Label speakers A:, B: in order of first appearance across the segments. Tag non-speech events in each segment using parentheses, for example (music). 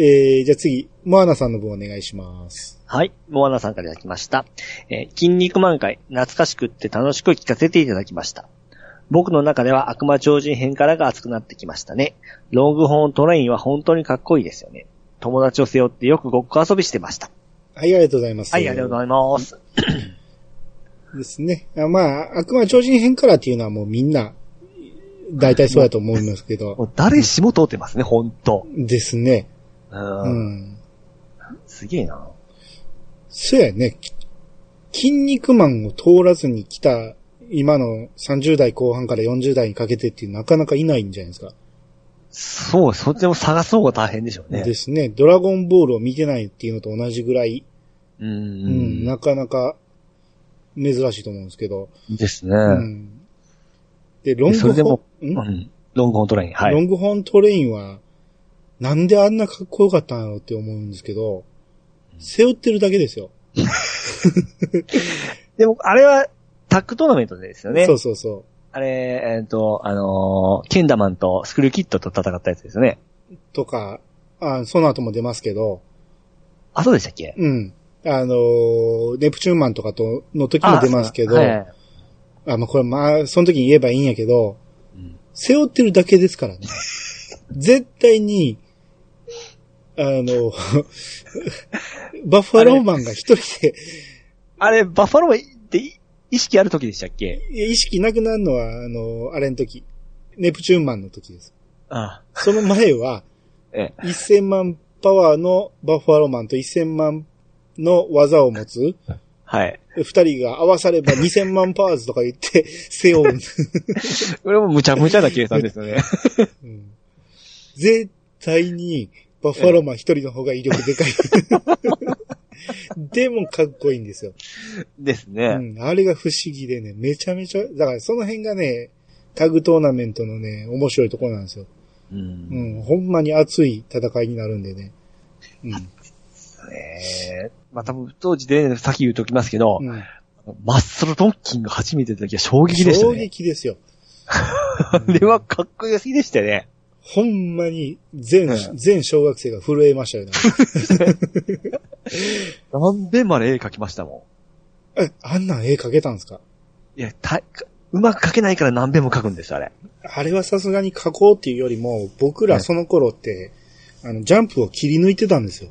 A: えー、じゃあ次、モアナさんの分お願いします。
B: はい。モアナさんからいただきました。えー筋肉満開、懐かしくって楽しく聞かせていただきました。僕の中では悪魔超人編からが熱くなってきましたね。ロングホーントレインは本当にかっこいいですよね。友達を背負ってよくごっこ遊びしてました。
A: はい、ありがとうございます。
B: はい、ありがとうございます。
A: ですね。あまあ、悪魔超人編からっていうのはもうみんな、大体そうだと思いますけど、
B: もう誰しも通ってますね、本当
A: ですね。
B: う。
A: うんん。
B: すげえな。
A: そうやね。き筋肉マンを通らずに来た、今の30代後半から40代にかけてっていうなかなかいないんじゃないですか。
B: そう、そっちも探す方が大変でしょうね。
A: ですね。ドラゴンボールを見てないっていうのと同じぐらい、
B: う
A: うんん、。なかなか珍しいと思うんですけど。
B: ですね。
A: う。
B: うん
A: で、ロン
B: そ
A: グ
B: れで
A: ホ
B: も
A: ン、ん
B: ん。ロングホーントレイン、は
A: ロ
B: い。
A: ングホーントレインは、なんであんなかっこよかったんだろうって思うんですけど、背負ってるだけですよ。
B: でも、あれは、タッグトーナメントですよね。
A: そうそうそ
B: あれ、えっ、と、あのーケンダマンとスクルーキッドと戦ったやつですよね。
A: う。とか、あその後も出ますけど、
B: あ、そうでしたっけ
A: うん。あのーネプチューンマンとかと、の時も
B: あ
A: 出ますけど、
B: は
A: あ,、
B: いはい
A: まあこれまあ、その時に言えばいいんやけど、
B: うん
A: 背負ってるだけですから
B: (laughs)
A: ね。絶対に、あ
B: (laughs)
A: の、バッファローマンが一人で、
B: あれ、バッファローってい意識ある時でしたっけ
A: いや意識なくなるのは、あの、あれの時、ネプチューンマンの時です。
B: あ
A: その前は、
B: ええ
A: 1000万パワーのバッファローマンと1000万の技を持つ、
B: はい。
A: 二人が合わされば2000万パワーズとか言って、 (laughs) 背負うん
B: これもむちゃむちゃな計算ですよね。
A: うん絶対に、バッファローマン一人の方が威力でかい。でもかっこいいんですよ、
B: (laughs) です
A: う
B: ね。
A: ん。あれが不思議でね、めちゃめちゃ、だからその辺がね、タグトーナメントのね、面白いところなんですよ。
B: う。
A: うんん、ほんまに熱い戦いになるんでね。う
B: ええまあ、多分当時で、さっき言うときますけど、
A: ん。うん
B: マッスルドッキング初めての時は衝撃でした
A: 衝
B: ね。
A: 撃ですよ。
B: (laughs) あれはかっこよすぎでしたよね。
A: ほんまに、全、
B: うん
A: 全小学生が震えましたよね。 (laughs)
B: なんでまで絵描きましたも
A: え、あんなん絵描けたんですか
B: ん。いや、た、うまく描けないから何べんも描くんですよ、あれ。
A: あれはさすがに書こうっていうよりも、僕らその頃って、あの、ジャンプを切り抜いてたんですよ。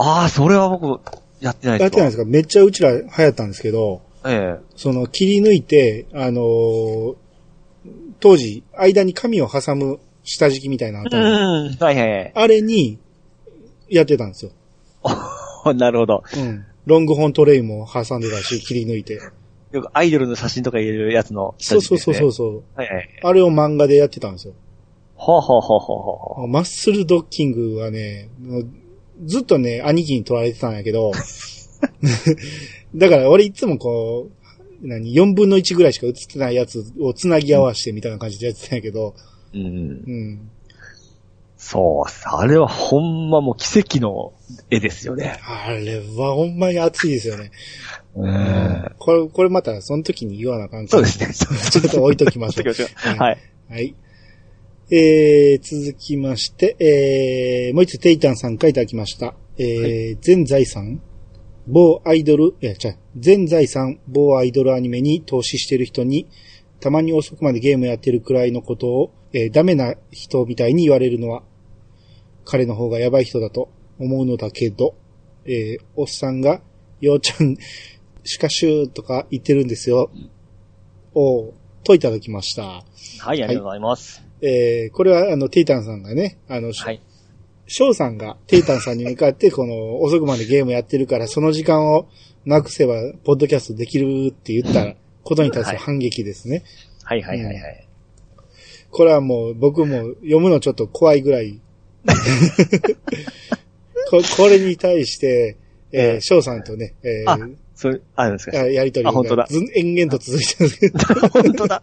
B: ああ、それは僕、やってな
A: や
B: いで
A: っ
B: す
A: てないで
B: わ
A: すかめっちゃうちら流行ったんですけど、
B: え
A: その切り抜いて、あのー当時、間に紙を挟む下敷きみたいなのあっ
B: え。う
A: たんですよ
B: ん。はいはい
A: あれに、やってたんですよ。
B: はい。 (laughs) なるほど。
A: うん。ロングホーントレイも挟んでたし、切り抜いて。
B: よくアイドルの写真とか入れるやつの
A: そうそうそうそう
B: う。
A: そう。
B: はいはい。
A: あれを漫画でやってたんですよ。
B: ほうほうほうほうほ
A: マッスルドッキングはね、もうずっとね、兄貴に取られてたんやけど、だから俺いつもこう、何、4分の1ぐらいしか映ってないやつを繋ぎ合わせてみたいな感じでやってたんやけど、
B: う。うん。
A: うん。
B: そうっす。あれはほんまもう奇跡の絵ですよね。
A: あれはほんまに熱いですよね。
B: うん。
A: これ、これまたその時に言わなあかんか
B: そう
A: ら
B: で、すね。
A: ちょっと置いときましょう。
B: はい。
A: はい。えー、続きまして、えー、もう一つテイタンさんからいただきました。えー全財産、某アイドル、いや、違う、全財産、某アイドルアニメに投資してる人に、たまに遅くまでゲームやってるくらいのことを、えーダメな人みたいに言われるのは、彼の方がやばい人だと思うのだけど、えー、おっさんが、ようちゃん、しかしゅーとか言ってるんですよ。おうといただきました。
B: はい、ありがとうございます。
A: えーこれは、あの、テイタンさんがね、あの、
B: はい。
A: ショウさんがテイタンさんに向かって、この、遅くまでゲームやってるから、その時間をなくせば、ポッドキャストできるって言ったことに対する反撃ですね。
B: はいはいはいはい。
A: これはもう、僕も読むのちょっと怖いぐらい。 (laughs) ここれに対して、え
B: え
A: ー、
B: え
A: ショウさんとね、えー
B: あそれ、あるんです
A: あ
B: か
A: やりとり
B: あ本当
A: が
B: だ
A: ず延々と続いてるんですけど、
B: 本当だ。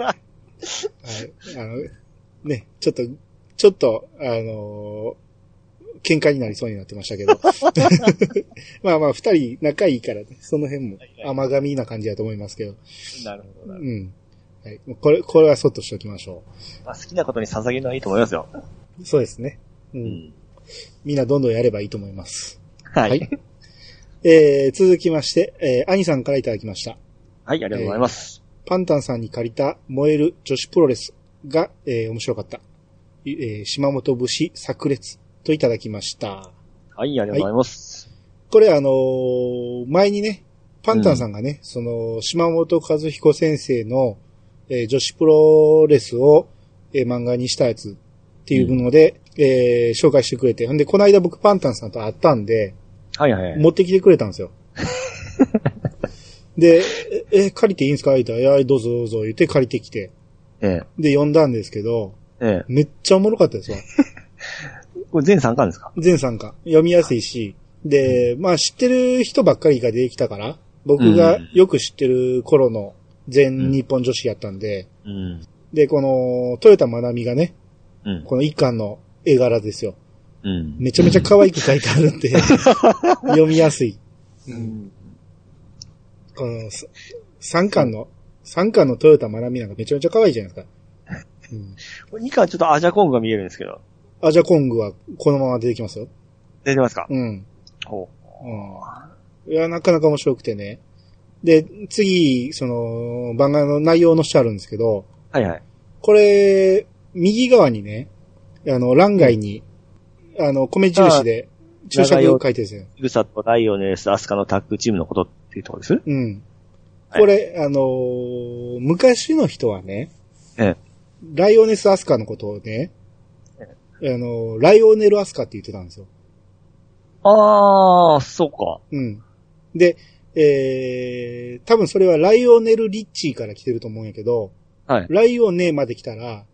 A: はい、あの、ね、ちょっと、ちょっと、あのー喧嘩になりそうになってましたけど。
B: (laughs)
A: まあまあ、二人仲いいからね、その辺も甘噛みな感じだと思いますけど。
B: なるほど
A: う
B: な。
A: ん。はい、これ、これはそっとしておきましょ
B: まあ好きなことに捧げるのはいいと思いますよ。
A: そうですね。う。
B: うんん。
A: みんなどんどんやればいいと思います。
B: は
A: は
B: い。はいい。
A: えー、続きまして、えー、兄さんからいただきました。
B: ありがとうございます。
A: パンタンさんに借りた燃える女子プロレスが、えー、面白かった。いえー、島本節炸裂といただきました。
B: はい、ありがとうございます。
A: これあのー前にね、パンタンさんがね、その、島本和彦先生の、えー女子プロレスを、えー漫画にしたやつっていうので、えー紹介してくれて。ほんで、この間僕パンタンさんと会ったんで、
B: はい、はい、はい。
A: 持ってきてくれたん
B: (laughs)
A: ですよ。で、え、え借りていいんですか言ったら、いや、どうぞどうぞ言って借りてきて。
B: ええ。
A: で、読んだんですけど、
B: え
A: めっちゃおもろかったですわ。
B: え。これ全3巻ですか
A: 全参加。読みやすいし、で、まあ知ってる人ばっかりが出てきたから、僕がよく知ってる頃の全日本女子やったんで、
B: うん。
A: で、この、トヨタまなみがね、
B: うん。
A: この一巻の絵柄ですよ。
B: うん。
A: めちゃめちゃ可愛く書いてあるんで、読みやすい。
B: うん。
A: この、さ三巻の、三巻のトヨタまなみなんかめちゃめちゃ可愛いじゃないですか。うん、
B: これ2巻ちょっとアジャコングが見えるんですけど。
A: アジャコングはこのまま出てきますよ。
B: 出てますか
A: うん。
B: ほ
A: うん。いや、なかなか面白くてね。で、次、その、漫画の内容のしてあるんですけど、
B: う。はい、はい。
A: これ、右側にね、あの、欄外に、あの、米印で、注釈を書いてるんですよ。
B: イグサとライオネス、アスカのタッグチームのことっていうところです
A: うん。
B: はい
A: これ、あのー昔の人はね、
B: ええ。
A: ライオネス・アスカのことをね、あのーライオネル・アスカって言ってたんですよ。
B: あー、そうか。
A: うん。で、えー、多分それはライオネル・リッチーから来てると思うんやけど、
B: はい。
A: ライオネまで来たら、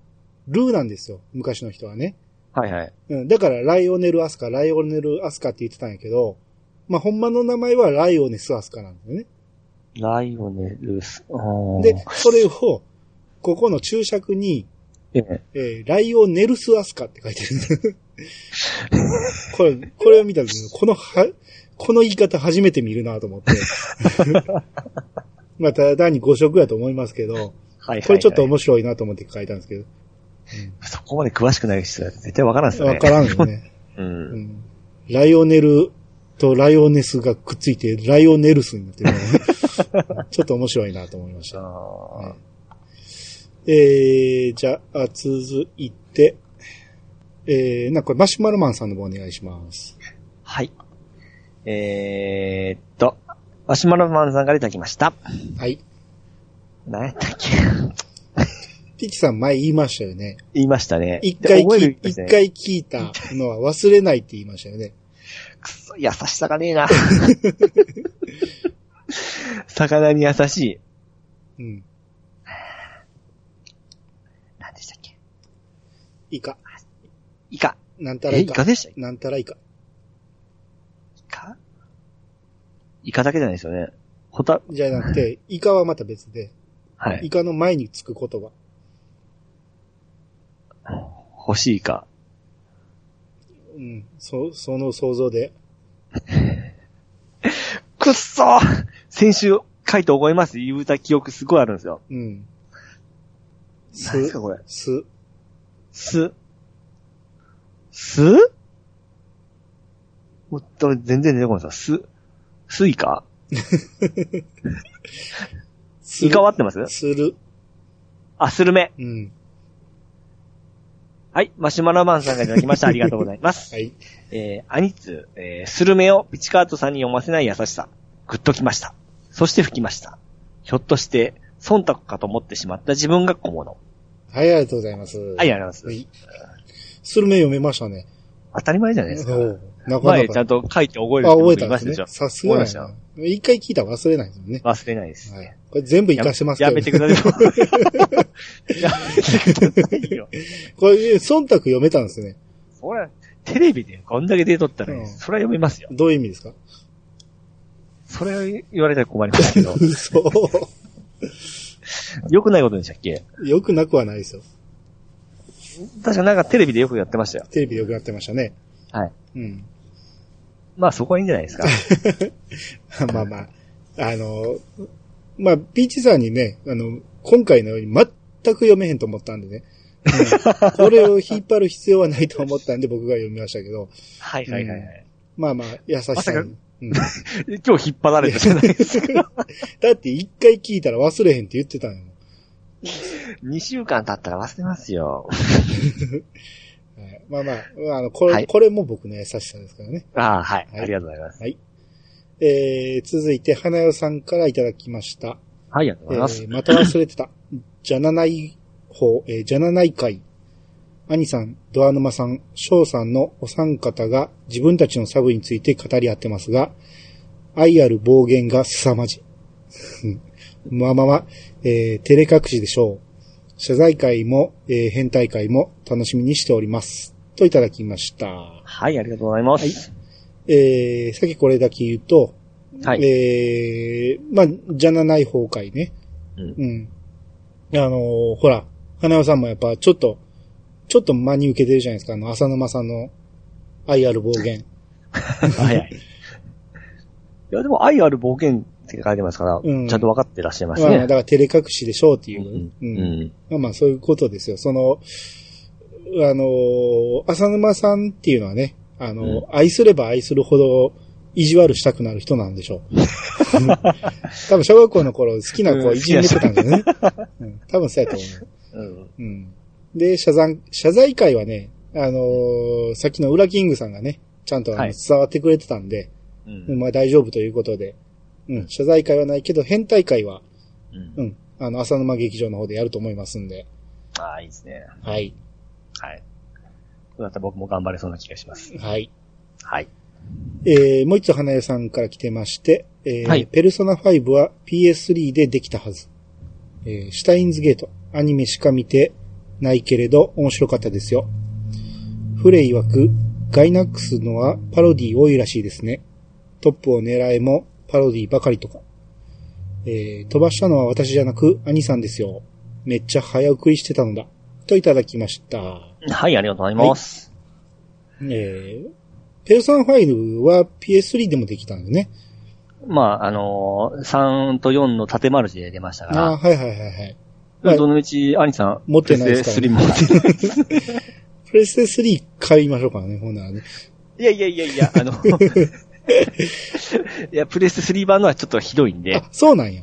A: ルーなんですよ。昔の人はね。
B: はいはい。
A: うん。だから、ライオネルアスカ、ライオネルアスカって言ってたんやけど、まあ、ほんまの名前はライオネスアスカなんだよね。
B: ライオネルス、あー
A: で、それを、ここの注釈に、
B: ええ
A: えーライオネルスアスカって書いてる。 (laughs) これ、これを見た時に、このは、この言い方初めて見るなと思って。 (laughs) まあ、ただ単に誤色やと思いますけど、
B: はいはいはい
A: これちょっと面白いなと思って書いたんですけど、
B: そこまで詳しくない人は絶対わからんっすよね。
A: わからんよね。
B: う。
A: うんんライオネルとライオネスがくっついて、ライオネルスになって
B: (laughs)
A: るのねちょっと面白いなと思いました。
B: あー
A: えー、じゃあ、続いて、えー、なんかこれマシュマロマンさんの方お願いします。
B: はい。えーっと、マシュマロマンさんからいただきました。
A: はい。
B: 何やったっけ
A: ピッチさん前言いましたよね。
B: 言いましたね。
A: 一回
B: 覚え
A: 聞
B: る
A: い、
B: です
A: 一
B: ね
A: 回聞いたのは忘れないって言いましたよね。
B: くそ、優しさがねえな。
A: (laughs)
B: 魚に優しい。
A: うん。
B: 何でしたっけ
A: イカ。
B: イカ。
A: なんたら
B: え、
A: イ
B: イ
A: カ
B: カ。でしたイ
A: なんたらイカ。
B: カイカだけじゃないですよね。ホタ、
A: じゃなくて、イカはまた別で、
B: はい
A: イ。カの前につく言葉。
B: 欲しいイカ。
A: うん。そ、その想像で
B: くっそー先週書いて覚えます言うた記憶すごいあるんですよ。
A: うん。す
B: 何ですかこれ。
A: す、
B: す。すもっと全然出てこないですよ。す、すイカ
A: す
B: イカは合ってます
A: する。
B: あ、スルメ。
A: うん。
B: はい。マシュマロマンさんがいただき
A: (laughs)
B: ました。ありがとうございます。
A: はい。
B: えー、アニツー、えー、スルメをピチカートさんに読ませない優しさ。ぐっときました。そして吹きました。ひょっとして、忖度かと思ってしまった自分が小物。
A: はい、ありがとうございます。は
B: はい、ありがとうござ
A: はい
B: ます。
A: い。スルメ読めましたね。
B: 当たり前じゃないですか。
A: おうなかな
B: 前、ち
A: か。
B: ゃんと書いて覚える
A: あ、
B: っ
A: 覚
B: て
A: えたん
B: 僕言い
A: で
B: ますした
A: ね
B: でし。ょ。
A: さすがや
B: 覚えま
A: な。一回聞いたら忘れないですもんね。
B: 忘れないです。
A: はい。これ全部活かしてますけど
B: や
A: ね
B: めてく
A: (laughs)
B: ださい。やめてくださいよ。
A: これ、忖度読めたんですね。
B: そりゃ、テレビでこんだけ出とったら、
A: うん
B: それは読みますよ。
A: どういう意味ですか。
B: それは言われたら困りますけど
A: (laughs) 嘘。
B: 良くないことでしたっけ
A: よくなくはないですよ。
B: 確かなんかテレビでよくやってましたよ。
A: テレビでよくなってましたね。
B: はい。
A: うん。
B: まあそこはいいんじゃないです (laughs) か。
A: (laughs) まあまあ。あの、まあ、ピーチさんにね、あの、今回のように全く読めへんと思ったんでね。うんこれを引っ張る必要はないと思ったんで僕が読みましたけど、
B: はいはいはいはい。
A: まあまあ、優しさに
B: まさか
A: うん、
B: 今日引っ張られたじゃないです (laughs) か。
A: だって一回聞いたら忘れへんって言ってたんよ。
B: 2週間経ったら忘れますよ。
A: はいまあまあ、あの、これ、
B: はい
A: これも僕の優しさですからね。
B: ああ、はい。
A: はい
B: ありがとうございます。
A: えー、続いて、花代さんからいただきました。
B: はい、ありがとう
A: え
B: ございます。
A: ー、また忘れてた。じゃなない方、えー、じゃなない会。兄さん、ドア沼さん、翔さんのお三方が自分たちのサブについて語り合ってますが、愛ある暴言が凄まじい。まあまあまあ、えー、照れ隠しでしょう。謝罪会も、えー、変態会も楽しみにしております。といただきました。
B: はい、ありがとうございます。
A: えー、さっきこれだけ言うと、
B: はい。
A: えー、まあ、じゃなない崩壊ね。
B: うん
A: うん。あのーほら、花尾さんもやっぱちょっと、ちょっと真に受けてるじゃないですか、あの、浅沼さんの IR 暴言。
B: (laughs) はいはい。いや、でも、愛ある冒険って書いてますから、
A: うん
B: ちゃんと分かってらっしゃいます
A: まあ、だ
B: ね。
A: から照れ隠しでしょうっていうう。
B: ん
A: う
B: うんん。うん
A: まあまあ、そういうことですよ。その、あのー浅沼さんっていうのはね、あのー
B: うん
A: 愛すれば愛するほど意地悪したくなる人なんでしょ
B: (laughs)
A: う。多分小学校の頃好きな子をいじめてたんだよね。うん、多分そうやと思う。
B: うん。
A: うん。で、謝罪、謝罪会はね、あのーさっきの裏キングさんがね、ちゃんとあの
B: はい
A: 伝わってくれてたんで、
B: うん。
A: まあ大丈夫ということで、うん、謝罪会はないけど、変態会は、
B: うん
A: うん、あの、浅沼劇場の方でやると思いますんで、
B: ああ、いいですね。
A: はい、
B: はい。そうだったら僕も頑張れそうな気がします。
A: はい。
B: はい。
A: えー、もう一つ花代さんから来てまして、えー
B: はい
A: ペルソナ5は PS3 でできたはず。えー、シュタインズゲート、アニメしか見てないけれど面白かったですよ。フレイ曰く、ガイナックスのはパロディ多いらしいですね。トップを狙えもパロディばかりとか。えー、飛ばしたのは私じゃなく兄さんですよ。めっちゃ早送りしてたのだ。といただきました。
B: はい、ありがとうございます。
A: えー、ペルソナ5は PS3 でもできたんだよね。
B: まあ、あのー、3と4の縦マルチで出ました
A: ああ、
B: か
A: はいはいはいはい。は
B: ら、
A: い
B: どのうち、兄さん、
A: 持ってないですから
B: PS3 持ってない。
A: プレステ3買いましょうかね、ほんならね。
B: (laughs) いやいやいやいや、あ
A: (laughs)
B: の、いや、プレステ3版のはちょっとひどいんで
A: あ、、そうなんや。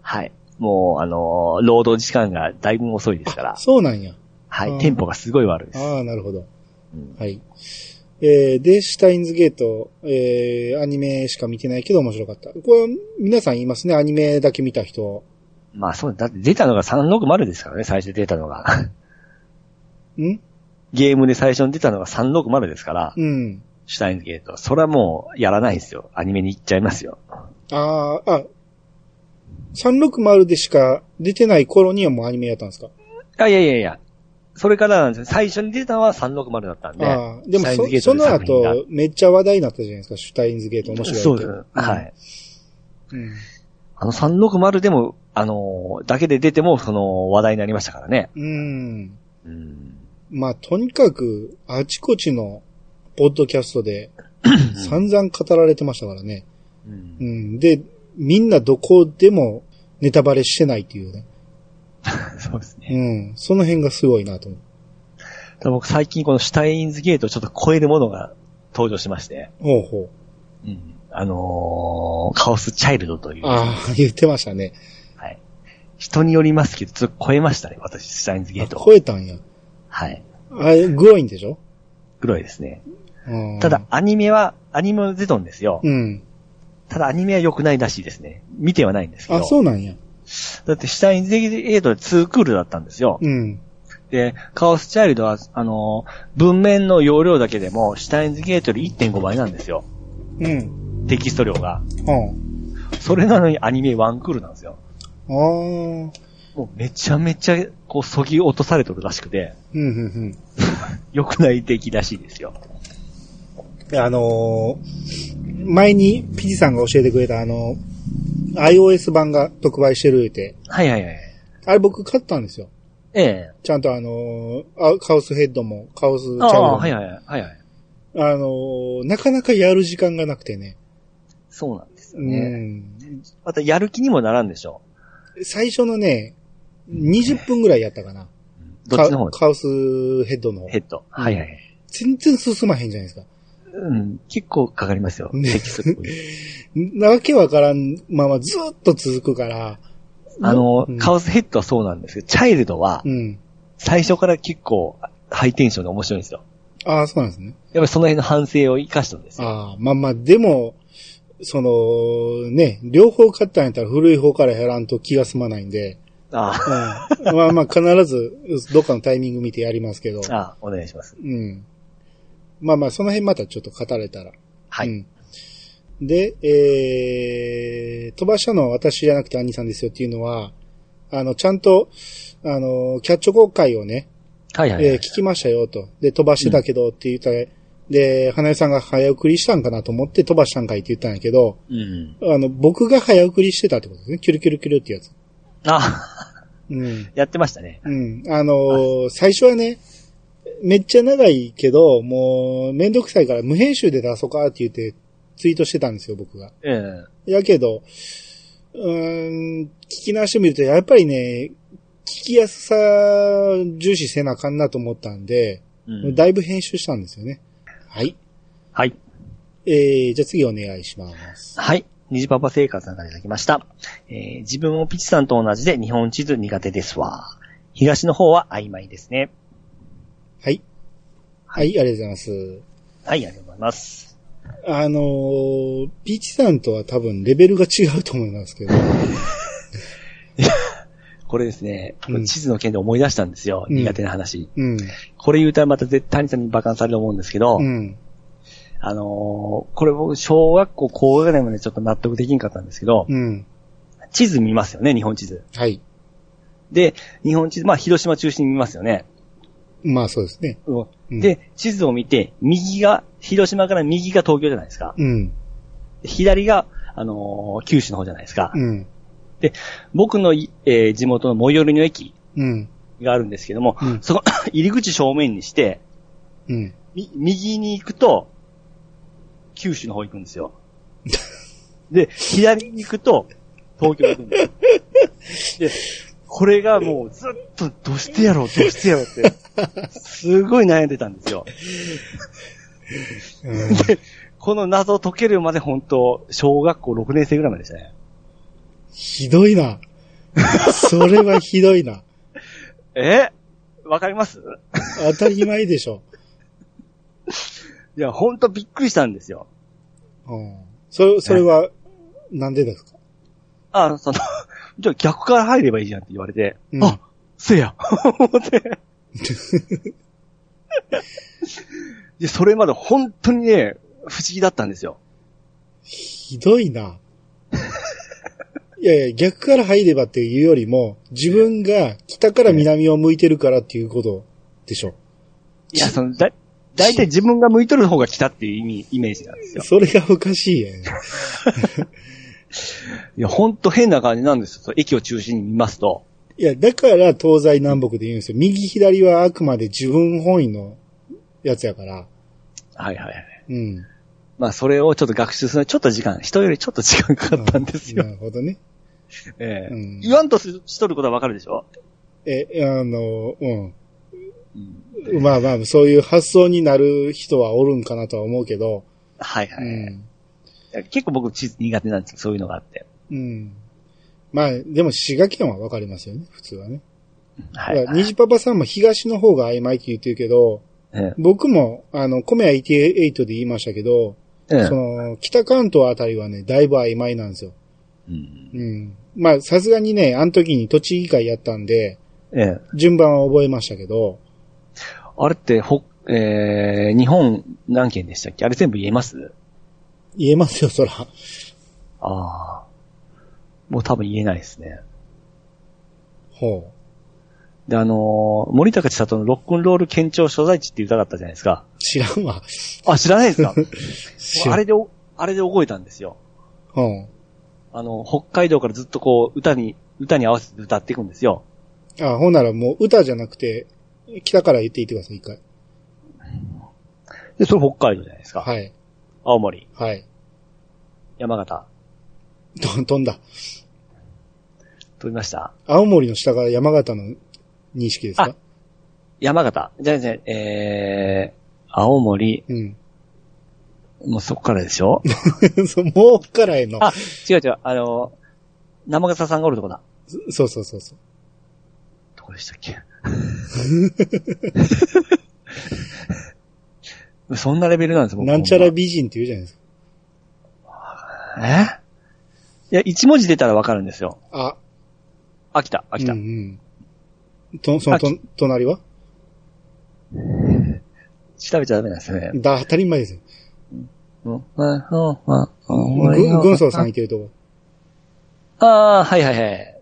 B: はい。もう、あのー、労働時間がだいぶ遅いですから、
A: そうなんや。
B: は
A: うん
B: い。テンポがすごい悪いです。
A: ああ、なるほど。
B: うん
A: はい。えー、で、シュタインズゲート、えー、アニメしか見てないけど面白かった。これ、皆さん言いますね、アニメだけ見た人。
B: まあそうだ、って出たのが360ですからね、最初に出たのが。 (laughs)
A: ん
B: ゲームで最初に出たのが360ですから、
A: うん。
B: シュタインズゲート。それはもう、やらないですよ。アニメに行っちゃいますよ。
A: ああ、あ、360でしか出てない頃にはもうアニメやったんですか
B: あ、いやいやいや。それからなんですよ。最初に出たのは360だったんで。
A: ああ、でも
B: シュタインズゲ
A: そ
B: ート
A: その
B: で作品が
A: 後、めっちゃ話題になったじゃないですか、シュタインズゲート面白いって。
B: そうです。はい。
A: うん。
B: あの360でも、あのーだけで出ても、その、話題になりましたからね。
A: うん。
B: うん。
A: まあ、とにかく、あちこちの、ポッドキャスト
B: (laughs)
A: で、散々語られてましたからね。
B: う
A: うんん。で、みんなどこでも、ネタバレしてないっていうね。
B: そうですね。
A: うん。その辺がすごいなと思
B: ただ僕最近このシュタインズゲートをちょっと超えるものが登場しまして。
A: う。ほうほう。
B: うん。あのーカオスチャイルドという。
A: ああ、言ってましたね。
B: はい。人によりますけど、ちょっと超えましたね、私、シュタインズゲー
A: あ
B: トを。
A: 超えたんや。
B: はい。
A: あれ、グロいんでしょ
B: 黒いですね。
A: うん
B: ただ、、アニメは、アニメは出たんですよ。
A: うん。
B: ただアニメは良くないらしいですね。見てはないんですけど。
A: あ、そうなんや。
B: だって、シュタインズゲートは2クールだったんですよ。
A: うん。
B: で、カオスチャイルドは、あのー文面の容量だけでも、シュタインズゲートより1.5倍なんですよ。
A: うん。
B: テキスト量が。
A: うん。
B: それなのにアニメ1クールなんですよ。
A: ああ。うん、
B: もうめちゃめちゃ、こう、そぎ落とされとるらしくて、
A: うん、うん。
B: 良くない出来らしいですよ。
A: あのー前にピジさんが教えてくれたあの、iOS 版が特売してる言うて、
B: はいはいはい。
A: あれ僕買ったんですよ。
B: ええ。
A: ちゃんとあのーあカオスヘッドも、カオスチャイルド
B: ああ、
A: も。
B: はいはいはいはい。
A: あのーなかなかやる時間がなくてね。
B: そうなんですよ
A: う
B: ね。
A: ん。
B: またやる気にもならんでしょ
A: 最初のね、20分ぐらいやったかな。
B: う。どっちの方
A: カカウスヘッドの。
B: ヘッド。はいはいはい。
A: 全然進まへんじゃないですか。
B: うん、結構かかりますよ。
A: ね
B: テキスト
A: (laughs) なわけわからんままずーっと続くから。
B: あの
A: うん、
B: カオスヘッドはそうなんですけど、チャイルドは
A: うん。
B: 最初から結構ハイテンションで面白いんですよ。
A: ああ、そうなんですね。
B: やっぱりその辺の反省を生かしたんですよ。
A: ああ、まあまあ、でも、その、ね、両方買ったんやったら古い方からやらんと気が済まないんで、
B: あ
A: うん、まあまあ、必ず、どっかのタイミング見てやりますけど、
B: あ、ああお願いします。
A: うん。まあまあ、その辺またちょっと語れたら。
B: は
A: う
B: い。
A: んで、えー、飛ばしたのは私じゃなくて兄さんですよっていうのは、あの、ちゃんと、あの、キャッチョ公開をね、
B: はいはい
A: え
B: は
A: ー
B: い。
A: 聞きましたよと。で、飛ばしてたけどって言ったら、で、花江さんが早送りしたんかなと思って飛ばしたんかいって言ったんやけど、
B: うん。
A: あの、僕が早送りしてたってことですね。キュルキュルキュルってやつ。
B: あ、 (laughs)
A: うん。
B: やってましたね。
A: うん。あのー最初はね、めっちゃ長いけど、もう、めんどくさいから無編集で出そうかって言って、ツイートしてたんですよ、僕が。
B: うん。
A: やけど、うーん、聞き直してみると、やっぱりね、聞きやすさ重視せなあかんなと思ったんで、
B: うん、
A: だいぶ編集したんですよね。はい。
B: はい。
A: えー、じゃあ次お願いします。
B: はい。虹パパ生活さんからいただきました。えー自分もピチさんと同じで日本地図苦手ですわ。東の方は曖昧ですね。
A: はい。はい、ありがとうございます。
B: はい、ありがとうございます。
A: あのー、ピーチさんとは多分レベルが違うと思いますけど、
B: これですね、
A: うん
B: 地図の件で思い出したんですよ。
A: うん
B: 苦手な話。
A: うん。
B: これ言うたらまた絶対にさんに馬鹿にされると思うんですけど、
A: うん。
B: あのーこれ僕、小学校高学年までちょっと納得できんかったんですけど、
A: うん。
B: 地図見ますよね、日本地図。
A: はい。
B: で、日本地図、まあ、広島中心に見ますよね。
A: まあそうですね。うん
B: で、地図を見て、右が、広島から右が東京じゃないですか。
A: うん。
B: 左が、あのー九州の方じゃないですか。
A: うん。
B: 僕のい、えー地元の最寄りの駅
A: うん。
B: があるんですけども、
A: うん
B: その (coughs) 入り口正面にして、
A: うん。
B: み右に行くと、九州の方行くんですよ。で、左に行くと、東京行くんですよ。で、これがもうずっと、どうしてやろう、どうしてやろうって、すごい悩んでたんですよ。
A: うん
B: で、この謎解けるまで本当、小学校6年生ぐらいまででしたね。
A: ひどいな。 (laughs) それはひどいな。
B: えわかります
A: 当たり前でしょ。
B: いや、本当びっくりしたんですよ。
A: うん。それ、それは、なんでですか
B: あ、その、 (laughs) じゃあ逆から入ればいいじゃんって言われて、
A: うん
B: あ、せや、思って。で、それまで本当にね、不思議だったんですよ。
A: ひどいな。いやいや、逆から入ればっていうよりも、自分が北から南を向いてるからっていうことでしょ。
B: いや、その、だ、だいたい自分が向いとる方が来たっていう意味、イメージなんですよ。
A: それがおかしいやん。
B: いや、ほんと変な感じなんですよ。その駅を中心に見ますと。
A: いや、だから東西南北で言うんですよ。右左はあくまで自分本位のやつやから。
B: はいはいはい。
A: うん。
B: まあ、それをちょっと学習するのにちょっと時間、人よりちょっと時間かかったんですよ。
A: なるほどね。
B: ええ
A: うん
B: 言わんとすしとることはわかるでしょ
A: え、あの、うん。まあまあ、そういう発想になる人はおるんかなとは思うけど、
B: はいは
A: う
B: い。
A: ん。
B: 結構僕地図苦手なんですよ。そういうのがあって。
A: うん。まあ、でも滋賀県はわかりますよね、普通はね。
B: は。
A: はいい、虹パパさんも東の方が曖昧って言ってるけど、
B: え
A: 僕も、あの、米屋88で言いましたけど、
B: え
A: その、北関東あたりはね、だいぶ曖昧なんですよ。
B: うん
A: うん。まあ、さすがにね、あの時に栃木会やったんで、
B: ええ
A: 順番は覚えましたけど、
B: あれって、ほ、えー、日本何県でしたっけあれ全部言えます
A: 言えますよ、そら。
B: ああ。もう多分言えないですね。
A: ほう。
B: で、あのー森高千里のロックンロール県庁所在地って歌だったじゃないですか。
A: 知らんわ。
B: あ、知らないですか
A: (laughs) 知ら
B: あ
A: ん。
B: れで、あれで覚えたんですよ。
A: うん。
B: あの、北海道からずっとこう、歌に、歌に合わせて歌っていくんですよ。
A: あ、ほんならもう歌じゃなくて、北から言っていってください、一回。
B: で、それ北海道じゃないですか。
A: はい。
B: 青森、
A: はい。
B: 山形、
A: と飛んだ。
B: 飛びました
A: 青森の下から山形の認識ですか
B: 山形。じゃあじゃあえー、青森、
A: うん。 (laughs)
B: もうそこからでしょ
A: そうもうからへの。
B: あ、違う違う、あの、生笠さんがおるとこだ。
A: そうそうそうそう。
B: どこでしたっけ (laughs) そんなレベルなんです、僕
A: なんちゃら美人って言うじゃないですか。
B: えいや、一文字出たらわかるんですよ。
A: あ、
B: 秋田、秋田。
A: うんうん。と、そのと、隣は
B: 調べちゃダメなんですよね。
A: だ、当たり前ですよ。
B: うん、うん、うん、うん
A: ぐん、軍曹さんいてるとこ。
B: ああ、はいはいはい。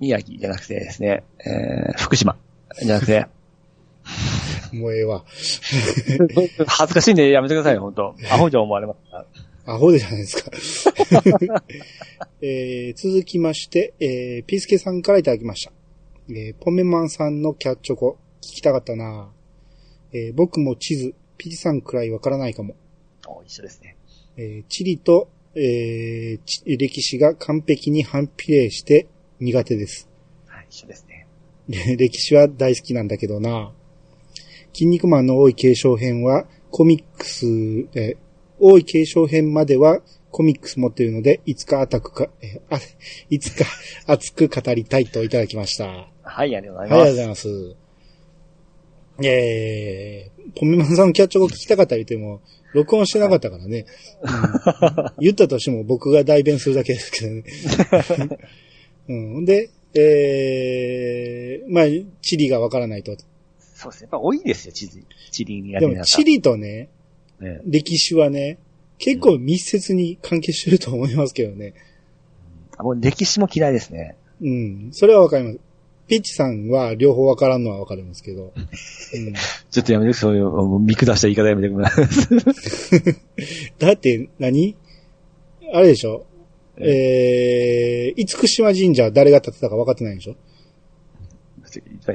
B: 宮城じゃなくてですね、えー、福島。じゃなくて、
A: もうええわ。 (laughs)
B: 恥ずかしいんでやめてくださいよ、本当アホじゃ思われますから。
A: アホでじゃないですか。えー続きまして、えー、ピースケさんからいただきました。えーポメマンさんのキャッチョコ、聞きたかったなえー僕も地図、ピチさんくらいわからないかも。
B: お一緒ですね。
A: えー地理と、えーち歴史が完璧に反比例して苦手です。
B: はい、一緒ですね。
A: で (laughs) 歴史は大好きなんだけどな。筋肉マンの多い継承編はコミックス、えー多い継承編まではコミックス持ってるので、いつかアタクか、えーあいつか熱く語りたいといただきました。あ
B: はい、ありがとう
A: り
B: ご
A: がとう
B: ざい
A: ござ
B: ます。
A: います。えー、ポメマンさんのキャッチョコ聞きたかったり言っても、録音してなかったから
B: (laughs)
A: ね。うん言ったとしても僕が代弁するだけですけどね。うん、で、えー、まあ、地理がわからないと。
B: そうですね。やっぱ多いですよ、地理。地理にや
A: で
B: りな
A: も、地理とね、
B: ね。
A: 歴史はね、結構密接に関係してると思いますけどね。
B: あもう歴史も嫌いですね。
A: うん。それはわかります。ピッチさんは両方わからんのはわかりますけ
B: (laughs)
A: ど。うん、
B: ちょっとやめてくそういう、もう見下した言い方やめてください。
A: だって何、あれでしょえー、厳島神社誰が建てたか分かってないでしょ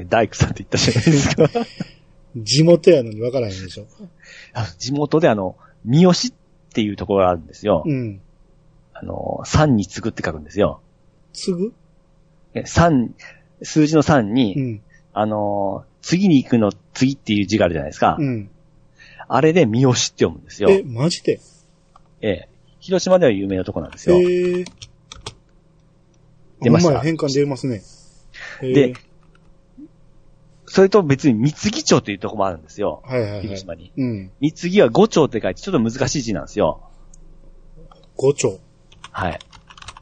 B: 大工さんって言ったじゃないですか。
A: (laughs) 地元やのに分からへんでしょ
B: あ地元であの、三好っていうところがあるんですよ。
A: うん。
B: あの、三に次ぐって書くんですよ。
A: すぐ
B: え三、数字の三に、
A: うん。
B: あの、次に行くの次っていう字があるじゃないですか。
A: うん。
B: あれで三好って読むんですよ。
A: え、マジで
B: ええ広島では有名なとこなんです
A: え
B: よ。
A: ー。
B: 出ました
A: ほんや変換出ますね。えー
B: で、それと別に三木町っていうとこもあるんですよ。
A: はいはいは
B: 広
A: い。
B: 島に。
A: うん。
B: 三木は五町って書いてちょっと難しい字なんですよ。
A: 五丁。
B: はい。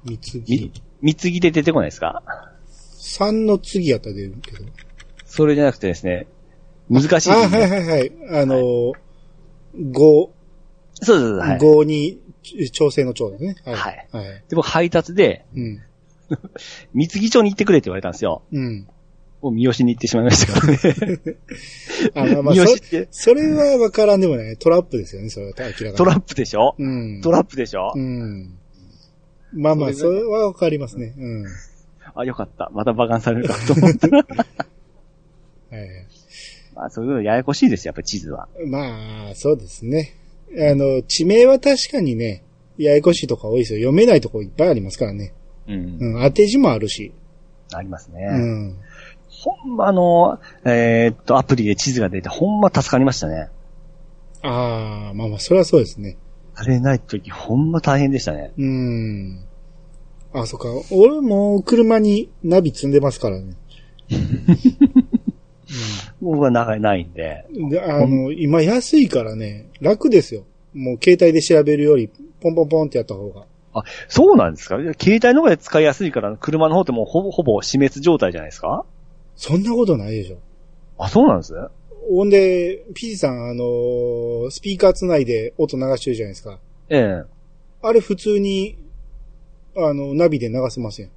A: 三次
B: み。三木で出てこないですか
A: 三の次やったら出るけど。
B: それじゃなくてですね、難しい字
A: あ、
B: で
A: は
B: すね、
A: いはいはい。あのー、五、
B: そうそうそう。はい
A: 五に、ち調整の調ですね。はい。
B: はい
A: はい。
B: で、僕配達で、
A: うん。
B: 三木町に行ってくれって言われたんですよ。
A: うん。
B: もう三好に行ってしまいましたからね。
A: あ、まあま
B: (laughs)
A: あ、
B: 三好っ
A: そ
B: て
A: それはわからんでもない。トラップですよね、それは明らかに。
B: トラップでしょ、
A: うん。
B: トラップでしょ、
A: うん。まあまあ、そ
B: それが
A: れはわかりますね。うん。は
B: あ、よかった。また馬鹿にされるかと
A: (laughs)
B: 思った。
A: いはい。
B: まあ、そういうのややこしいですよ、やっぱり地図は。
A: まあ、そうですね。あの、地名は確かにね、ややこしいとこ多いですよ。読めないとこいっぱいありますからね。
B: うん。
A: うん、当て字もあるし。
B: ありますね。
A: うん。
B: ほんまあの、えーっと、アプリで地図が出て、ほんま助かりましたね。
A: ああ、まあまあ、それはそうですね。
B: あれない時、ほんま大変でしたね。
A: うん。あ、そっか。俺も車にナビ積んでますからね。
B: 僕は長いないんで。
A: であの、今安いからね、楽ですよ。もう携帯で調べるより、ポンポンポンってやった方が。
B: あ、そうなんですか携帯の方が使いやすいから、車の方ってもうほぼ、ほぼ死滅状態じゃないですか
A: そんなことないでしょ。
B: あ、そうなんです
A: ほんで、ピーさん、あのースピーカーつないで音流してるじゃないですか。
B: ええ
A: あれ普通に、あの、ナビで流せません。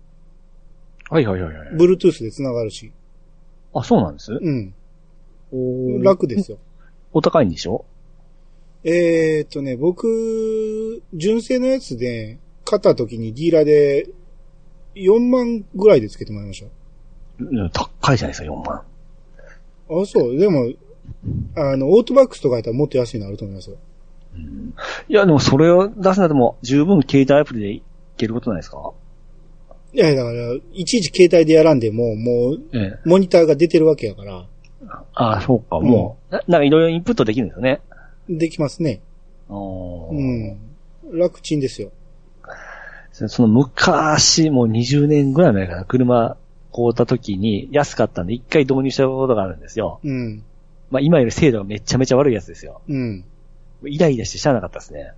B: はいはいはいはい。
A: Bluetooth で繋がるし。
B: あ、そうなんです
A: うん。
B: おー
A: 楽ですよ。
B: お高いんでしょ
A: えーっとね、僕、純正のやつで、買った時にディーラーで、4万ぐらいでつけてもらいまし
B: うん高いじゃないですか、4万。
A: た。あ、そう。でも、あの、オートバックスとかやったらもっと安いのあると思いますよ。
B: いや、でもそれを出すならもう十分携帯アプリでいけることないですか
A: いや、だから、いちいち携帯でやらんでも、もう、
B: ええ。
A: モニターが出てるわけやから、
B: ああ、そうか、もう。ななんかいろいろインプットできるんですよね。
A: できますね。
B: あー
A: うん。楽ちんですよ。
B: そその昔、もう20年ぐらい前かな、車買うた時に安かったんで一回導入したことがあるんですよ。
A: うん。
B: まあ今より精度がめちゃめちゃ悪いやつですよ。
A: うん。
B: イライラしてしゃあなかったですね。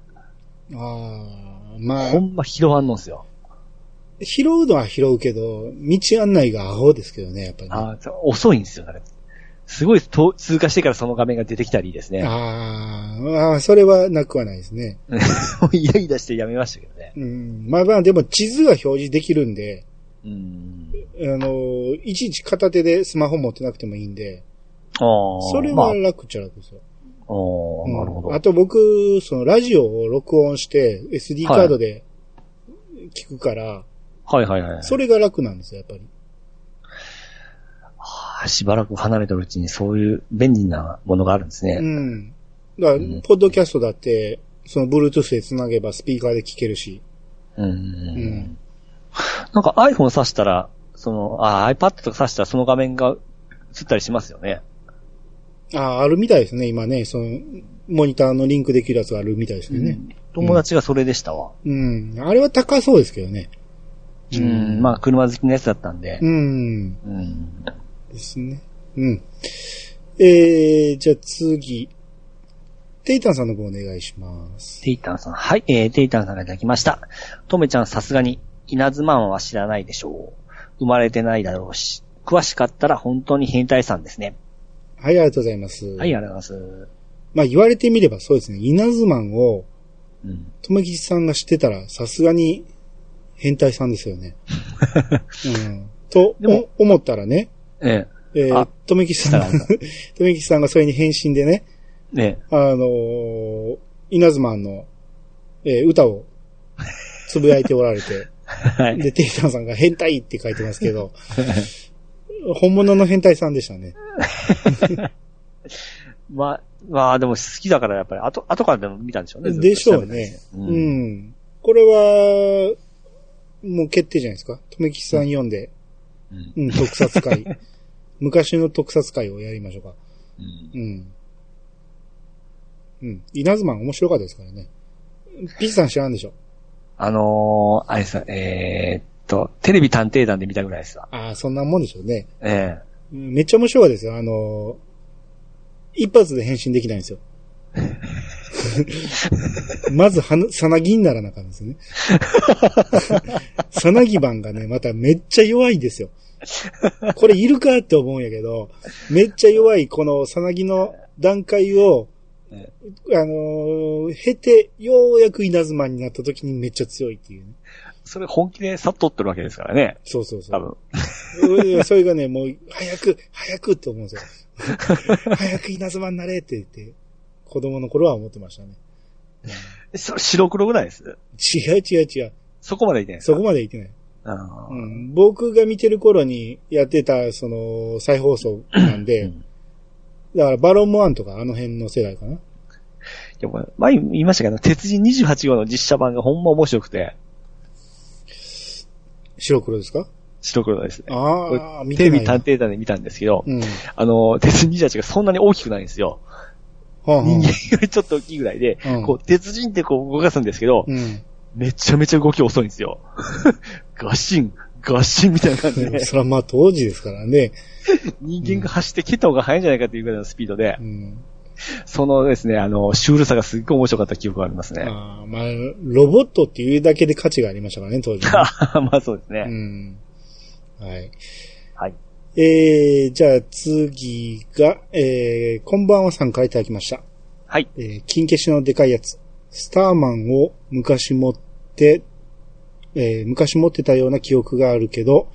A: ああ、まあ
B: ほ、んま拾わんのんすよ。
A: 拾うのは拾うけど、道案内がアホですけどね、やっぱり、ね。
B: あーそう遅いんですよ、だからすごいと通過してからその画面が出てきたりですね。
A: あーあー、それはなくはないですね。
B: (laughs) イライラしてやめましたけどね。
A: うん。まあまあ、でも地図が表示できるんで、
B: うん。
A: あのー、いちいち片手でスマホ持ってなくてもいいんで、
B: ああ。
A: それ
B: まあ、あ
A: は楽っちゃ楽ですよ。
B: あー、
A: うん
B: なるほど。
A: あと僕、そのラジオを録音して、SD カードで聞くから、
B: はいはいはい。
A: それが楽なんですよ、やっぱり。
B: あーしばらく離れてるうちにそういう便利なものがあるんですね。
A: うん。だから
B: ん、
A: ポッドキャストだって、その Bluetooth で繋げばスピーカーで聞けるし。
B: うん
A: ん
B: なんか iPhone 挿したら、その、あ、iPad とか挿したらその画面が映ったりしますよね。
A: ああ、あるみたいですね、今ね。その、モニターのリンクできるやつがあるみたいですよね。
B: 友達がそれでしたわ。
A: うん。あれは高そうですけどね。
B: うん、まあ車好きなやつだったんで。
A: うん。
B: うん。
A: ですね。うん。えー、じゃあ次。テイタンさんの方お願いします。
B: テイタンさん。はい、えー、テイタンさんがいただきました。トメちゃんさすがに、稲妻マンは知らないでしょう。生まれてないだろうし。詳しかったら本当に変態さんですね。
A: はい、ありがとうございます。
B: はい、ありがとうございます。
A: まあ言われてみればそうですね。稲妻を、
B: うん。
A: とめきちさんが知ってたら、さすがに、変態さんですよね。うん。と、
B: でも
A: お思ったらね、
B: え
A: えー
B: あ、
A: とめきち
B: え、
A: さ
B: だ
A: ん
B: か (laughs)
A: が
B: ら、なんか
A: とめきちさんがそれに変身でね、
B: ね
A: あのー、稲妻の、えー歌を、つぶやいておられ
B: (laughs)
A: て、
B: え、はい。
A: で、テイタンさんが変態って書いてますけ
B: (laughs)
A: ど、本物の変態さんでしたね。
B: まあ、まあでも好きだからやっぱり、後、後からでも見たんでしょうね。ずっと
A: でしょうね
B: 調べてう。
A: うんん。これは、もう決定じゃないですか。とめきちさん読んで、
B: うん
A: うん、特撮会。昔の特撮会をやりましょうか。
B: うん
A: うん。うん。稲妻面白かったですからね。ピッチさん知らんでしょ。
B: あのー、あれさ、えーっと、テレビ探偵団で見たぐらいですわ。
A: ああ、そんなもんでしょうね。
B: え
A: うんめっちゃ面白かったですよ。あのー、一発で変身できないん
B: (laughs)
A: ですよ。まず、はな、さなぎにならなあかんですよ
B: (laughs)
A: ね。さなぎ版がね、まためっちゃ弱いんですよ。これいるかって思うんやけど、めっちゃ弱いこのさなぎの段階を、
B: え
A: あのー経て、ようやく稲妻になった時にめっちゃ強いっていうね。
B: えそれ本気でさっとってるわけですからね。
A: そうそうそう
B: 多。分。
A: うんそれがね、もう、早く、早くって思うんです
B: (laughs)
A: よ。早く稲妻になれって言って、子供の頃は思ってましたね。
B: それ白黒ぐらいです。
A: 違う違う違う。
B: そこまでいってないです
A: そ
B: か。
A: こまで行ってない。
B: あの
A: う
B: ー
A: ん、僕が見てる頃にやってた、その、再放送なん
B: う
A: で
B: ん、
A: だからバロンモアンとかあの辺の世代かな。
B: でも前言いましたけど、鉄人28号の実写版がほんま面白くて、
A: 白黒ですか
B: 白黒ですね。
A: ああ、見て
B: テレ
A: ない
B: ビ
A: な。
B: 探偵団で見たんですけど、
A: うん。
B: あのー、鉄人28がそんなに大きくないんですよ。
A: はあは
B: 人間よりちょっと大きいぐらいで、
A: うん
B: こう、鉄人ってこう動かすんですけど、
A: あうん。
B: めちゃめちゃ動き遅いんですよ。 (laughs) ガシン、ガシンみたいな感じで、
A: それはまあ当時ですからね。
B: 人間が走って蹴った方が速いんじゃないかっていうぐらいのスピードで
A: う、ん。
B: そのですね、あの、シュールさがすっごい面白かった記憶がありますね。
A: ああ、まあ、ロボットっていうだけで価値がありましたからね、当時。
B: まあそうです
A: う
B: ね。
A: ん。はい。
B: はい。
A: えー、じゃあ次が、えー、こんばんはさんからいただきました。
B: はい。
A: えー、金消しのでかいやつ。スターマンを昔持って、えー、昔持ってたような記憶があるけど、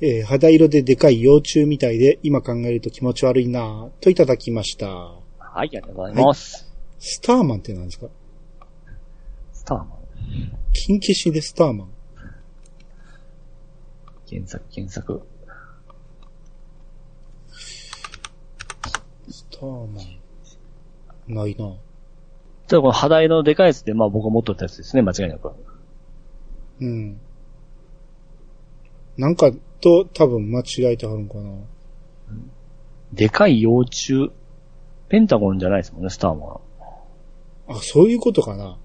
A: えー、肌色ででかい幼虫みたいで、今考えると気持ち悪いなぁ、といただきました。
B: はい、ありがとうございます。
A: スターマンって何ですか
B: スターマン。
A: 金消しでスターマン。
B: 検索、検索。
A: スターマン。ないなぁ。
B: じゃあこの肌色のでかいやつで、まあ僕が持っとったやつですね、間違いなく。
A: うん。なんかと多分間違えてはるんかな。
B: でかい幼虫。ペンタゴンじゃないですもんね、スターマン。
A: あ、そういうことかな。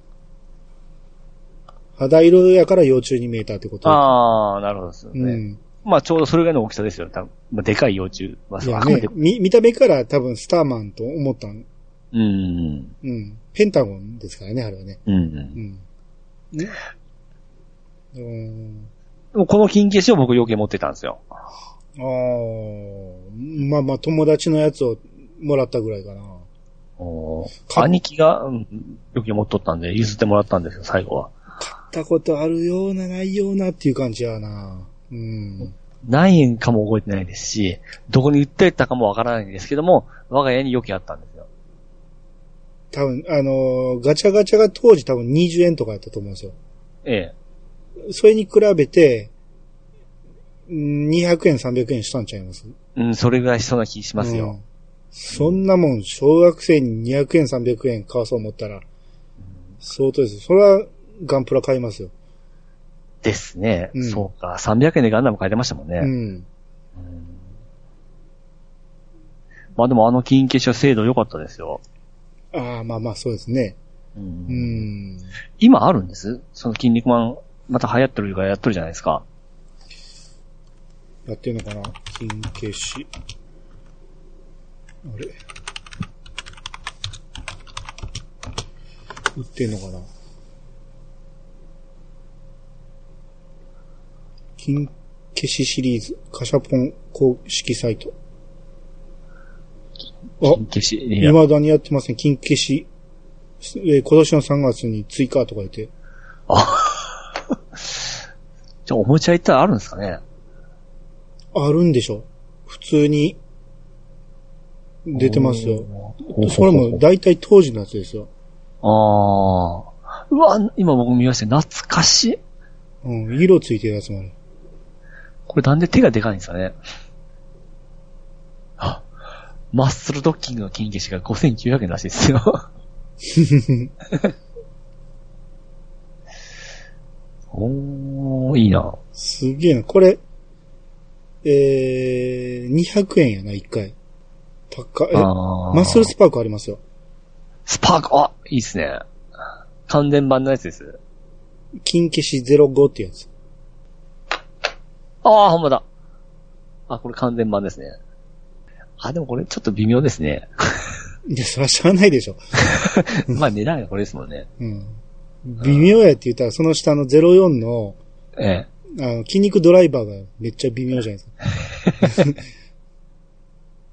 A: 肌色やから幼虫に見えたってこと。
B: ああ、なるほどですよ
A: う
B: ね。
A: ん。
B: まあ、ちょうどそれぐらいの大きさですよ。多分まあ、でかい幼虫。まあ、
A: い
B: そう、
A: や
B: あくま
A: ね
B: で、。
A: 見、見た目から多分スターマンと思ったん。
B: うん。
A: うん。ペンタゴンですからね、あれはね。
B: うん。
A: うん。ねうん。
B: でもこの金消しを僕余計持ってたんですよ。
A: ああ、まあまあ友達のやつをもらったぐらいかな。
B: おー
A: か
B: 兄貴が、うん、余計持っとったんで、譲ってもらったんですよ、最後は。
A: 買ったことあるような、ないようなっていう感じやな。うん。
B: 何円かも覚えてないですし、どこに売ってたかもわからないんですけども、我が家に余計あったんですよ。
A: 多分、あのーガチャガチャが当時多分20円とかやったと思うんですよ。
B: ええ。
A: それに比べて、うん200円、300円したんちゃいます
B: うん、それぐらいしそうな気します
A: う
B: よ。
A: んそんなもん、小学生に200円、300円買わそう思ったら、相当です。それは、ガンプラ買いますよ。
B: ですね、
A: うん
B: そうか。300円でガンダム買えてましたもんね。
A: うん。
B: まあでもあの金消しは精度良かったですよ。
A: ああ、まあまあ、そうですね。
B: う、
A: うんん。
B: 今あるんですその筋肉マン、また流行ってるからやっとるじゃないですか。
A: やってるのかな金消し。あれ売ってんのかな金消しシリーズ、カシャポン公式サイト。あ、
B: 金消し。いや
A: 未だにやってません。金消し、えー今年の3月に追加とか言って。
B: じゃあおもちゃ行ったらあるんですかね
A: あるんでしょ普通に、出てますよ。
B: おー。
A: それも大体当時のやつですよ。
B: ああ。うわ、今僕見ました。懐かしい。
A: うん、色ついてるやつもある。
B: これなんで手がでかいんですかねあ、マッスルドッキングの金消しが5900円らしいですよ。 (laughs) おー、いいな。
A: すげえな。これ、えー、200円やな、1回。高い。え、
B: あー
A: マッスルスパークありますよ。
B: スパーク、あ、いいっすね。完全版のやつです。
A: 金消し05ってやつ。
B: ああ、ほんまだ。あ、これ完全版ですね。あ、でもこれちょっと微妙で
A: (laughs)
B: すね。
A: いや、そらしゃあないでしょ。
B: まあ値段がこれですもんね。
A: うん。微妙やって言ったら、その下の04の、
B: ええ。
A: あの、筋肉ドライバーがめっちゃ微妙じゃないです
B: (laughs)
A: か。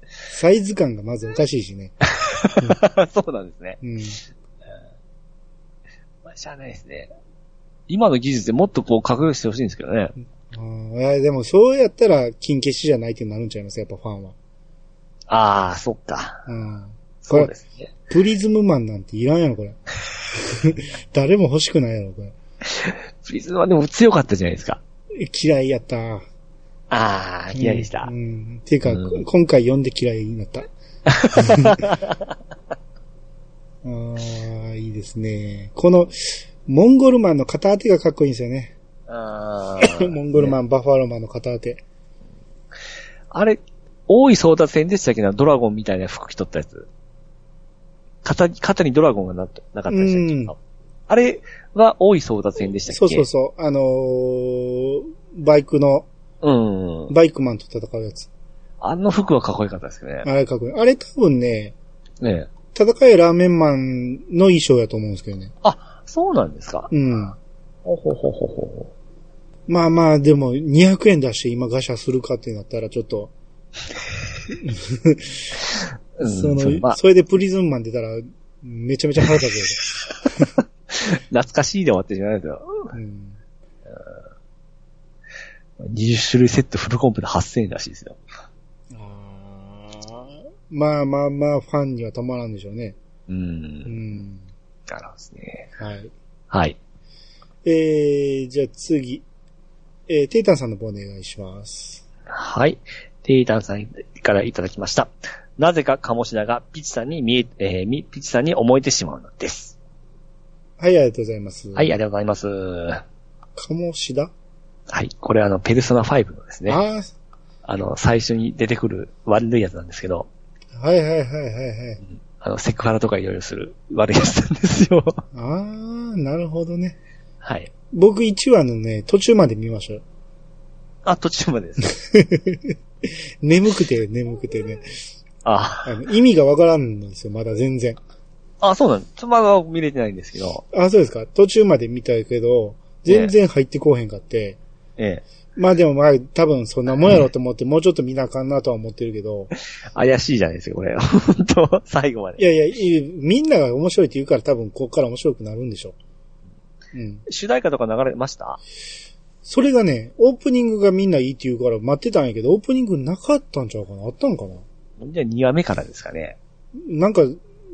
A: サイズ感がまずおかしいしね。
B: (laughs) そうなんですね。
A: うん。
B: まあ、しゃあないですね。今の技術でもっとこう、格よくしてほしいんですけどね。
A: あーいやでも、そうやったら、金消しじゃないってなるんちゃいますやっぱファンは。
B: ああ、そっか。
A: うん。
B: そうですね。
A: プリズムマンなんていらんやろ、これ。 (laughs) 誰も欲しくないやろ、これ。
B: プリズムはでも強かったじゃないですか。
A: 嫌いやった。
B: ああ、嫌いでした。
A: うん。うんていうか、
B: うん
A: こ今回読んで嫌いにな
B: (laughs)
A: った。あーいいですね。この、モンゴルマンの片手がかっこいいんですよね。
B: あー
A: モンゴルマ
B: ね
A: ン、バファローマンの片手。
B: あれ、大井争奪戦でしたっけな、ドラゴンみたいな服着とったやつ。肩に、肩にドラゴンがなってなかったでしたっけ、あれは大井争奪戦でしたっけ
A: そうそうそう。あのー、バイクの、
B: う。うん。
A: バイクマンと戦うやつ。
B: あの服はかっこよかったですけどね。
A: あれかっこいい。あれ多分ね、
B: ねえ
A: 戦えラーメンマンの衣装やと思うんですけどね。
B: あ、そうなんですか。
A: うん。
B: ほほほほほ。
A: まあまあ、でも、200円出して今ガシャするかってなったら、ちょっと、
B: うん、
A: その、
B: う
A: そ
B: まあ、
A: れでプリズムマン出たら、めちゃめちゃ腹立つ
B: 懐かしいで終わってしまいますよ。 (laughs)
A: よ、うん。
B: 20種類セットフルコンプで8000円らしいですよ。
A: まあまあまあ、ファンにはたまらんでしょうね。
B: う。
A: うんん。
B: なるほどですね。
A: はい。
B: はい。
A: えー、じゃあ次。えー、テイタンさんの方お願いします。
B: はい。テイタンさんからいただきました。なぜか鴨志田がピチさんに見え、えーみピチさんに思えてしまうのです。
A: はい、ありがとうございます。
B: はい、ありがとうございます。
A: 鴨志田
B: はい。これあの、ペルソナ5のですね。あ
A: あ
B: の、最初に出てくる悪いやつなんですけど、
A: あ、はいはいはいはいはい。
B: あの、セクハラとかいろいろする悪いやつなんですよ。
A: ああ、なるほどね。
B: (laughs) はい。
A: 僕1話のね、途中まで見ましたよ。
B: あ、途中までですね。
A: 眠くて眠くてね。
B: (laughs) あ
A: あの意味がわからんのですよ、まだ全然。
B: あ、そうなんです。妻は見れてないんですけど、
A: あ、そうですか。途中まで見たけど、全然入ってこうへんかって。
B: ええ。
A: まあでもまあ、多分そんなもんやろと思って、もうちょっと見なあかんなとは思ってるけど。
B: 怪しいじゃないですか、これ。 (laughs) 本当最後ま
A: い
B: で。
A: やいやいい、みんなが面白いって言うから多分ここから面白くなるんでしょう。うん。
B: 主題歌とか流れました
A: それがね、オープニングがみんないいって言うから待ってたんやけど、オープニングなかったんちゃうかなあったんかな
B: じゃあ2話目からですかね。
A: なんか、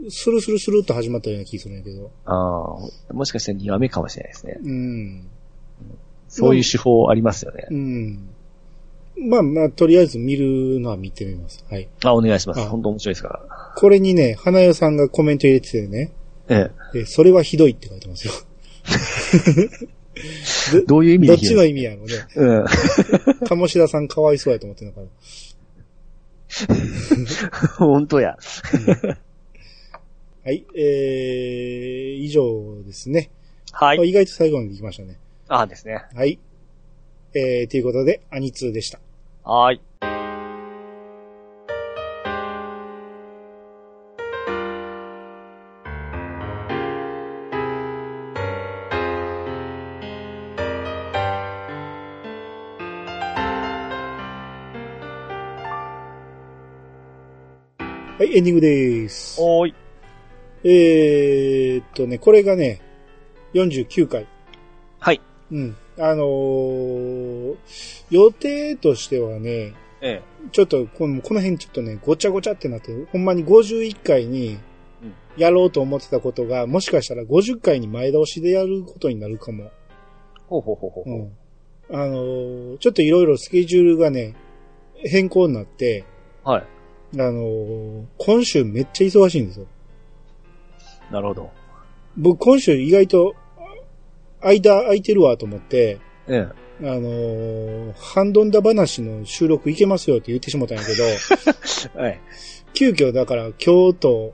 A: スルスルスルっと始まったような気するんやけど。
B: ああ、もしかしたら2話目かもしれないですね。
A: うん。
B: そういう手法ありますよね
A: う。ん。まあまあ、とりあえず見るのは見てみます。はい。
B: あ、お願いしま
A: あ
B: す。本当面白いですか
A: これにね、花代さんがコメント入れててね、
B: ら。え
A: えそれはひどいって書いてますよ。
B: え。どういう意味
A: ど
B: で
A: っちの意味やろうね。
B: うん。 (laughs)
A: 鴨志田さんかわいそうやと思ってんのかな。
B: 本当や。
A: はい、えー、以上ですね。
B: は
A: あ
B: い。
A: 意外と最後まで行きましたね。
B: あですね。
A: はい。えー、ということで、アニツーでした。
B: はい。
A: はい、エンディングです。
B: おーい。
A: えーっとね、これがね、49回。
B: はい。
A: うん。あのー、予定としてはね、
B: ええ。
A: ちょっとこの、この辺ちょっとね、ごちゃごちゃってなって、ほんまに51回に
B: うん、
A: やろうと思ってたことが、もしかしたら50回に前倒しでやることになるかも。
B: ほうほうほうほう
A: う
B: ほう。
A: ん。あのーちょっといろいろスケジュールがね、変更になって、
B: はい。
A: あのー今週めっちゃ忙しいんですよ。
B: なるほど。
A: 僕今週意外と、あ間空いてるわと思って、
B: ええ。
A: あのーハンドンダ話の収録いけますよって言ってしもたんやけど、
B: はい。
A: 急遽だから今日と、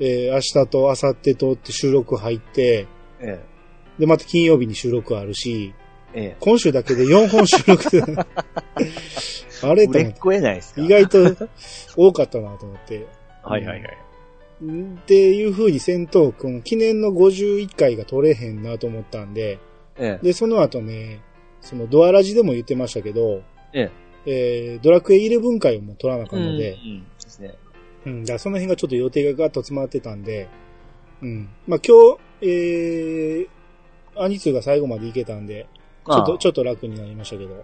A: えー明日と明後日とって収録入って、
B: ええ。
A: で、また金曜日に収録あるし、
B: ええ。
A: 今週だけで4本収録って (laughs) あれ
B: 売
A: と
B: れ
A: 思っ、
B: って子やないですか。
A: 意外と多かったなと思って。
B: はいはいはい。
A: んっていう風に戦闘君、記念の51回が取れへんなと思ったんで、
B: ええ。
A: で、その後ね、そのドアラジでも言ってましたけど、
B: え
A: えードラクエ11回をもう取らなあかんので、
B: うん。ですね。
A: うん、だからその辺がちょっと予定がガッと詰まってたんで、うん。まあ今日、えー、アニツーが最後までいけたんで、ちょっと、ちょっと楽になりましたけど、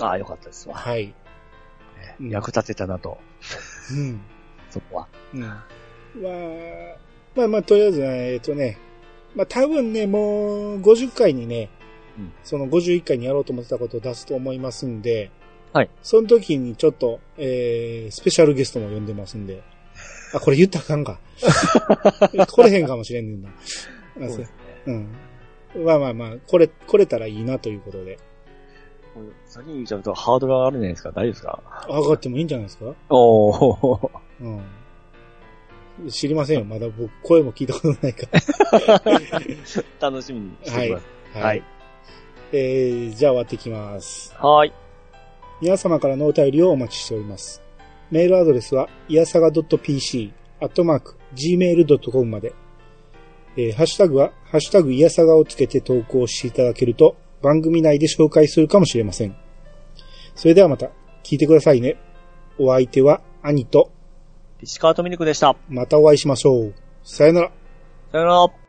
B: ああ、よかったですわ。
A: はい。うん
B: 役立てたなと、
A: うん。
B: そこは。
A: うん。まあ、まあまあ、とりあえずね、えっ、とね、まあ多分ね、もう50回にね、
B: うん
A: その51回にやろうと思ってたことを出すと思いますんで、
B: はい。
A: その時にちょっと、えー、スペシャルゲストも呼んでますんで、あ、これ言ったらあか
B: (laughs)
A: んか。来れへんかもしれんねんな。あ
B: そ
A: そ
B: うで
A: う
B: すね。
A: うん。まあまあまあ、これ、来れたらいいなということで。
B: これ先に言っちゃうとハードル上がるんじゃないですか大丈夫ですか
A: 上がってもいいんじゃないですか
B: おお。
A: うん。知りませんよ。まだ僕、声も聞いたことないから。
B: (laughs) 楽しみにしてください。 (laughs) はい。。
A: えー、じゃあ終わってきます。
B: はい。
A: 皆様からのお便りをお待ちしております。メールアドレスは、いやさが .pc、アットマーク、gmail.com まで。えー、ハッシュタグは、ハッシュタグいやさがをつけて投稿していただけると、番組内で紹介するかもしれません。それではまた、聞いてくださいね。お相手は、兄と、
B: 石川とみにくでした。
A: またお会いしましょう。さよなら。
B: さよなら。